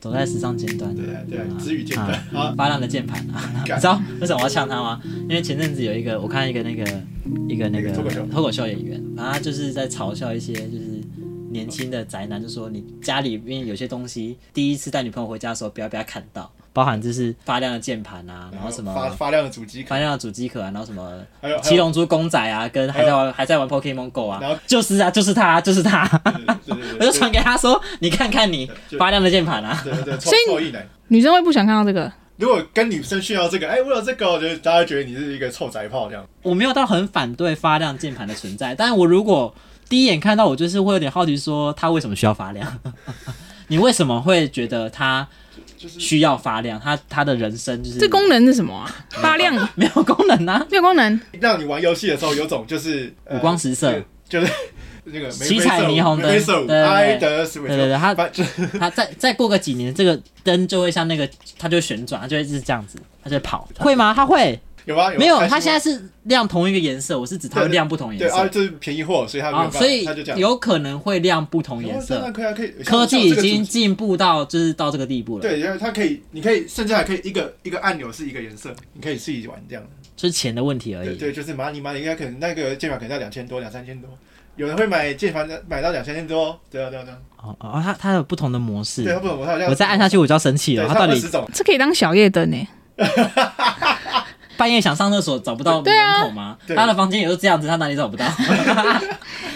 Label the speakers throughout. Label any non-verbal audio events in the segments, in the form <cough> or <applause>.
Speaker 1: 走在时尚尖端。
Speaker 2: 对啊对啊
Speaker 1: 啊，
Speaker 2: 知语简单
Speaker 1: 啊
Speaker 2: 啊，
Speaker 1: 发亮的键盘啊！ <laughs> 你
Speaker 2: 干
Speaker 1: 知道为什么我要呛他吗？因为前阵子有一个，我看一个那个一个那个
Speaker 2: 脱口秀
Speaker 1: 脱口秀演员，然后他就是在嘲笑一些就是年轻的宅男，就说你家里面有些东西，第一次带女朋友回家的时候不要被她看到，包含就是发亮的键盘啊，然后什么
Speaker 2: 发发亮的主机壳，
Speaker 1: 发亮的主机壳啊，然后什么
Speaker 2: 还有还有
Speaker 1: 七龙珠公仔啊，跟还在玩还在玩 Pokemon Go
Speaker 2: 然
Speaker 1: 啊
Speaker 2: 后，
Speaker 1: 就是啊，就是他，就是他，
Speaker 2: 对对
Speaker 1: <laughs>
Speaker 2: 对，
Speaker 1: 我就传给他说，你看看你
Speaker 2: 就
Speaker 1: 发亮的键盘啊。
Speaker 2: 对对
Speaker 1: <laughs>
Speaker 2: 对，臭
Speaker 3: 所以
Speaker 2: 臭一男。
Speaker 3: 女生会不想看到这个，
Speaker 2: 如果跟女生炫耀这个，哎，我有这个，我觉得大家觉得你是一个臭宅炮这样。
Speaker 1: 我没有到很反对发亮键盘的存在，但我如果第一眼看到，我就是会有点好奇，说它为什么需要发亮？ <laughs> 你为什么会觉得它
Speaker 2: 就是
Speaker 1: 需要发亮？它它的人生就是
Speaker 3: 这功能是什么 <laughs> 啊？发亮
Speaker 1: 没有功能啊？
Speaker 3: 没有功能，
Speaker 2: 让你玩游戏的时候有种就是呃
Speaker 1: 五光十色，
Speaker 2: 就是就是那个玫
Speaker 1: 七
Speaker 2: 瑰
Speaker 1: 彩
Speaker 2: 色舞
Speaker 1: 霓虹灯
Speaker 2: 玫瑰色舞
Speaker 1: 对对对
Speaker 2: 爱的什么
Speaker 1: 对对对它
Speaker 2: 反 <laughs> 正就是
Speaker 1: 它再再过个几年，这个灯就会像那个，它就会旋转，它就会一直这样子，它就会跑，会吗？它会
Speaker 2: 有吗？
Speaker 1: 没有？
Speaker 2: 哎开心
Speaker 1: 它
Speaker 2: 吗
Speaker 1: 现在是亮同一个颜色，我是指它会
Speaker 2: 对对
Speaker 1: 亮不同颜
Speaker 2: 对啊，
Speaker 1: 色
Speaker 2: 这是便宜货，所以他没有
Speaker 1: 啊，
Speaker 2: 办法，
Speaker 1: 所以
Speaker 2: 他就这样。
Speaker 1: 有可能会亮不同
Speaker 2: 哦
Speaker 1: 颜
Speaker 2: 这样
Speaker 1: 色。
Speaker 2: 可以啊，可以。
Speaker 1: 科技
Speaker 2: 像
Speaker 1: 已
Speaker 2: 这个主
Speaker 1: 经进步到就是到这个地步了。
Speaker 2: 对，因为它可以，你可以甚至还可以一个一个按钮是一个颜色，你可以自己玩这样。
Speaker 1: 就是钱的问题而
Speaker 2: 对
Speaker 1: 已。
Speaker 2: 对，就是马里马里，应该可能那个键盘可能要两千多、两三千多，有人会买键盘的买到两三千多，对啊对啊对啊，
Speaker 1: 哦哦，它它有不同的模
Speaker 2: 对它
Speaker 1: 式，
Speaker 2: 不懂，我好像
Speaker 1: 我再按下去我就要生气
Speaker 2: 对
Speaker 1: 了。
Speaker 2: 它
Speaker 1: 它到
Speaker 2: 二
Speaker 1: 底
Speaker 2: 十种，
Speaker 3: 这可以当小夜灯欸呢、
Speaker 1: 半夜想上厕所找不到
Speaker 3: 对啊
Speaker 1: 门口吗？
Speaker 2: 对
Speaker 1: 他的房间也是这样子，他哪里找不
Speaker 2: <laughs>
Speaker 1: 到？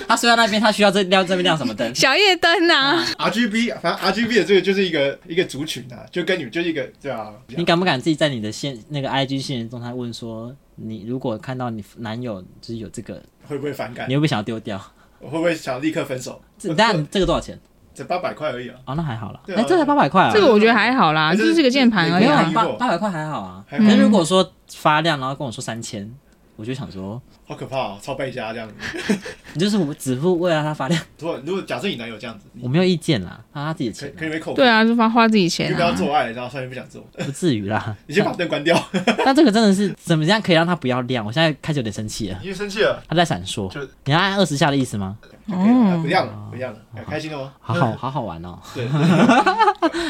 Speaker 1: 他睡在那边，他需要这亮这边亮什么
Speaker 2: <laughs>
Speaker 1: 灯？
Speaker 3: 小夜灯啊，
Speaker 2: RGB，反正 RGB 的这个就是一个一个族群啊，就跟你就是一个对啊，
Speaker 1: 你敢不敢自己在你的现那个 IG 现实动态问说，你如果看到你男友就是有这个，
Speaker 2: 会不会反感
Speaker 1: 你？会不会想要丢掉？
Speaker 2: 我会不会想立刻分手？
Speaker 1: 这但这个多少钱？
Speaker 2: 才八百块而已啊，
Speaker 1: 哦，那还好啦。
Speaker 2: 对啊
Speaker 1: 哎，这才八百块啊
Speaker 3: 这，个我觉得还好啦，
Speaker 2: 哎这
Speaker 3: 就是这个键盘而
Speaker 1: 没
Speaker 3: 已
Speaker 1: 有
Speaker 2: 这
Speaker 3: 啊
Speaker 2: 个。
Speaker 1: 八
Speaker 2: 嗯
Speaker 1: 八百块还好啊。
Speaker 2: 还好
Speaker 1: 可是如果说发亮，然后跟我说三千，我就想说，
Speaker 2: 好可怕哦，超败家这样子。
Speaker 1: 你就是我只付为了他发亮，
Speaker 2: 如果如果假设你男友这样子，
Speaker 1: 我
Speaker 2: 你
Speaker 1: 没有意见啦，那他自己的
Speaker 2: 可
Speaker 1: 钱
Speaker 2: 以
Speaker 1: 啊
Speaker 2: 可以被扣分
Speaker 3: 对，啊，就花花自己钱
Speaker 2: 就不要
Speaker 3: 啊。
Speaker 2: 做爱，然后上面不想做，
Speaker 1: 不至于啦。
Speaker 2: 你先把灯关掉。
Speaker 1: 但这个真的是怎么样可以让它不要亮？我现在开始有点生气了，
Speaker 2: 你就生气了，
Speaker 1: 它在闪烁
Speaker 2: 就。
Speaker 1: 你要按二十下的意思吗？
Speaker 2: 就可以了
Speaker 3: 哦
Speaker 2: 不一样了，不一样了，哎开心了吗？
Speaker 1: 哦好好好好玩哦！
Speaker 2: 对，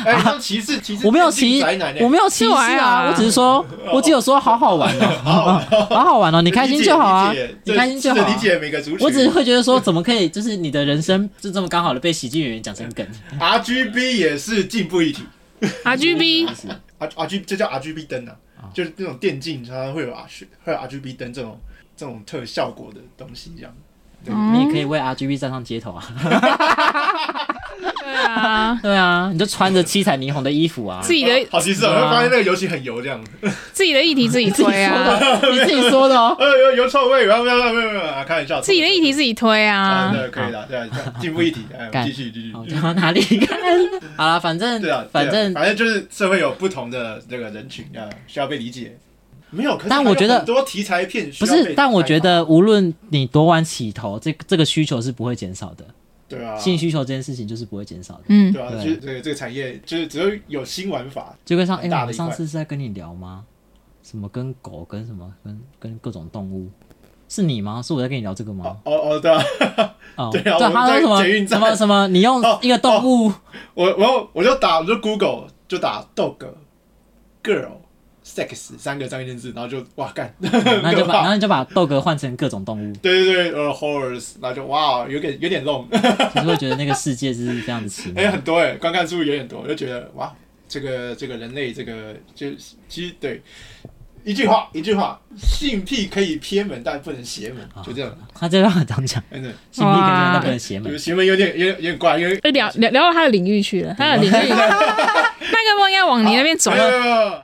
Speaker 2: 哎，你像歧视歧视，
Speaker 1: 我没有歧
Speaker 2: 宅男，欸
Speaker 1: 我没有歧视
Speaker 3: 这我还好
Speaker 1: 啊，
Speaker 3: 啊
Speaker 1: 我只是
Speaker 2: <laughs>
Speaker 1: 说，我只有说好好玩哦，好好玩哦，你开心就好啊
Speaker 2: 理解，
Speaker 1: 你开心就好
Speaker 2: 这
Speaker 1: 啊
Speaker 2: 理。解每个族群。
Speaker 1: 我只是会觉得说，怎么可以，就是你的人生就这么刚好的被喜剧演员讲成梗？
Speaker 2: RGB 也是进步一体
Speaker 3: 啊 RGB
Speaker 2: ，R RGB 这叫 RGB 灯啊，就是那种电竞它会有 R 会有 RGB 灯这种这种特效果的东西这样。
Speaker 3: 哦
Speaker 1: 你也可以为 RGB 站上街头啊！
Speaker 3: 对啊，
Speaker 1: 对啊，你就穿着七彩霓虹的衣服啊！
Speaker 3: 自己的
Speaker 2: 好歧视哦，
Speaker 1: 对啊
Speaker 2: 会发现那个游戏很油这样。
Speaker 3: 自己的议题自己推啊，
Speaker 1: 你自己说的 <laughs> 哦。
Speaker 2: 呃，有有臭味，没有没有没有没有没有，啊开玩笑。
Speaker 3: <laughs> 自己的议题自己推
Speaker 2: 啊，
Speaker 3: 啊。
Speaker 2: 对，可以的，对，进步一体，哎，我们继续继续
Speaker 1: 好。哦讲到哪里？好了，反正
Speaker 2: 对啊，
Speaker 1: 反
Speaker 2: 对
Speaker 1: 正
Speaker 2: 啊反正就是社会有不同的这个人群啊，需要被理解。没有，可是
Speaker 1: 但我觉得
Speaker 2: 还有很多题材片需
Speaker 1: 不
Speaker 2: 要被
Speaker 1: 是，但我觉
Speaker 2: 开
Speaker 1: 得无论你多晚起头，这这个需求是不会减少的，
Speaker 2: 发对啊，
Speaker 1: 性需求这件事情就是不会减少的。
Speaker 3: 嗯，
Speaker 2: 对啊，
Speaker 1: 对
Speaker 2: 就是这个这个产业，就是只有有新玩法，
Speaker 1: 就跟上，哎、
Speaker 2: 很大
Speaker 1: 我
Speaker 2: 的
Speaker 1: 们
Speaker 2: 一
Speaker 1: 上
Speaker 2: 块
Speaker 1: 次是在跟你聊吗？什么跟狗，跟什么，跟跟各种动物，是你吗？是我在跟你聊这个
Speaker 2: 哦
Speaker 1: 吗？
Speaker 2: 哦哦，对啊，
Speaker 1: 哦，
Speaker 2: 对啊
Speaker 1: 对，
Speaker 2: 我
Speaker 1: 他说
Speaker 2: 在
Speaker 1: 什么
Speaker 2: 捷运
Speaker 1: 什
Speaker 2: 站
Speaker 1: 么什么，你用
Speaker 2: 哦
Speaker 1: 一个动 <laughs> 物，
Speaker 2: 我我我就打我就 Google 就打 dog girl sex 三个关键字，然后就哇干，
Speaker 1: 然后哦就
Speaker 2: <laughs> 很可
Speaker 1: 把
Speaker 2: 怕
Speaker 1: 然后你就把豆哥换成各种动物，
Speaker 2: 对对对，呃 horrors，然后就哇有点有点 long，
Speaker 1: 其实会觉得那个世界就是这样子奇
Speaker 2: <laughs> 哎、
Speaker 1: 妙。
Speaker 2: 很多哎、观看数有点多，我就觉得哇，这个这个人类这个就其实对，一句话一句话，性癖可以偏门，但不能邪门，
Speaker 1: 啊
Speaker 2: 就这样，
Speaker 1: 他这个很常讲，
Speaker 2: 真的，
Speaker 1: 性癖跟人
Speaker 3: 哇
Speaker 1: 那个人邪
Speaker 2: 就
Speaker 1: 门
Speaker 2: 是，邪门有点有点有点哎怪，因为
Speaker 3: 呃 <laughs> 就聊聊聊到他的领域去了，他的领域，麦克风应该往你那边走
Speaker 2: 没
Speaker 3: 了
Speaker 2: 有。没有没有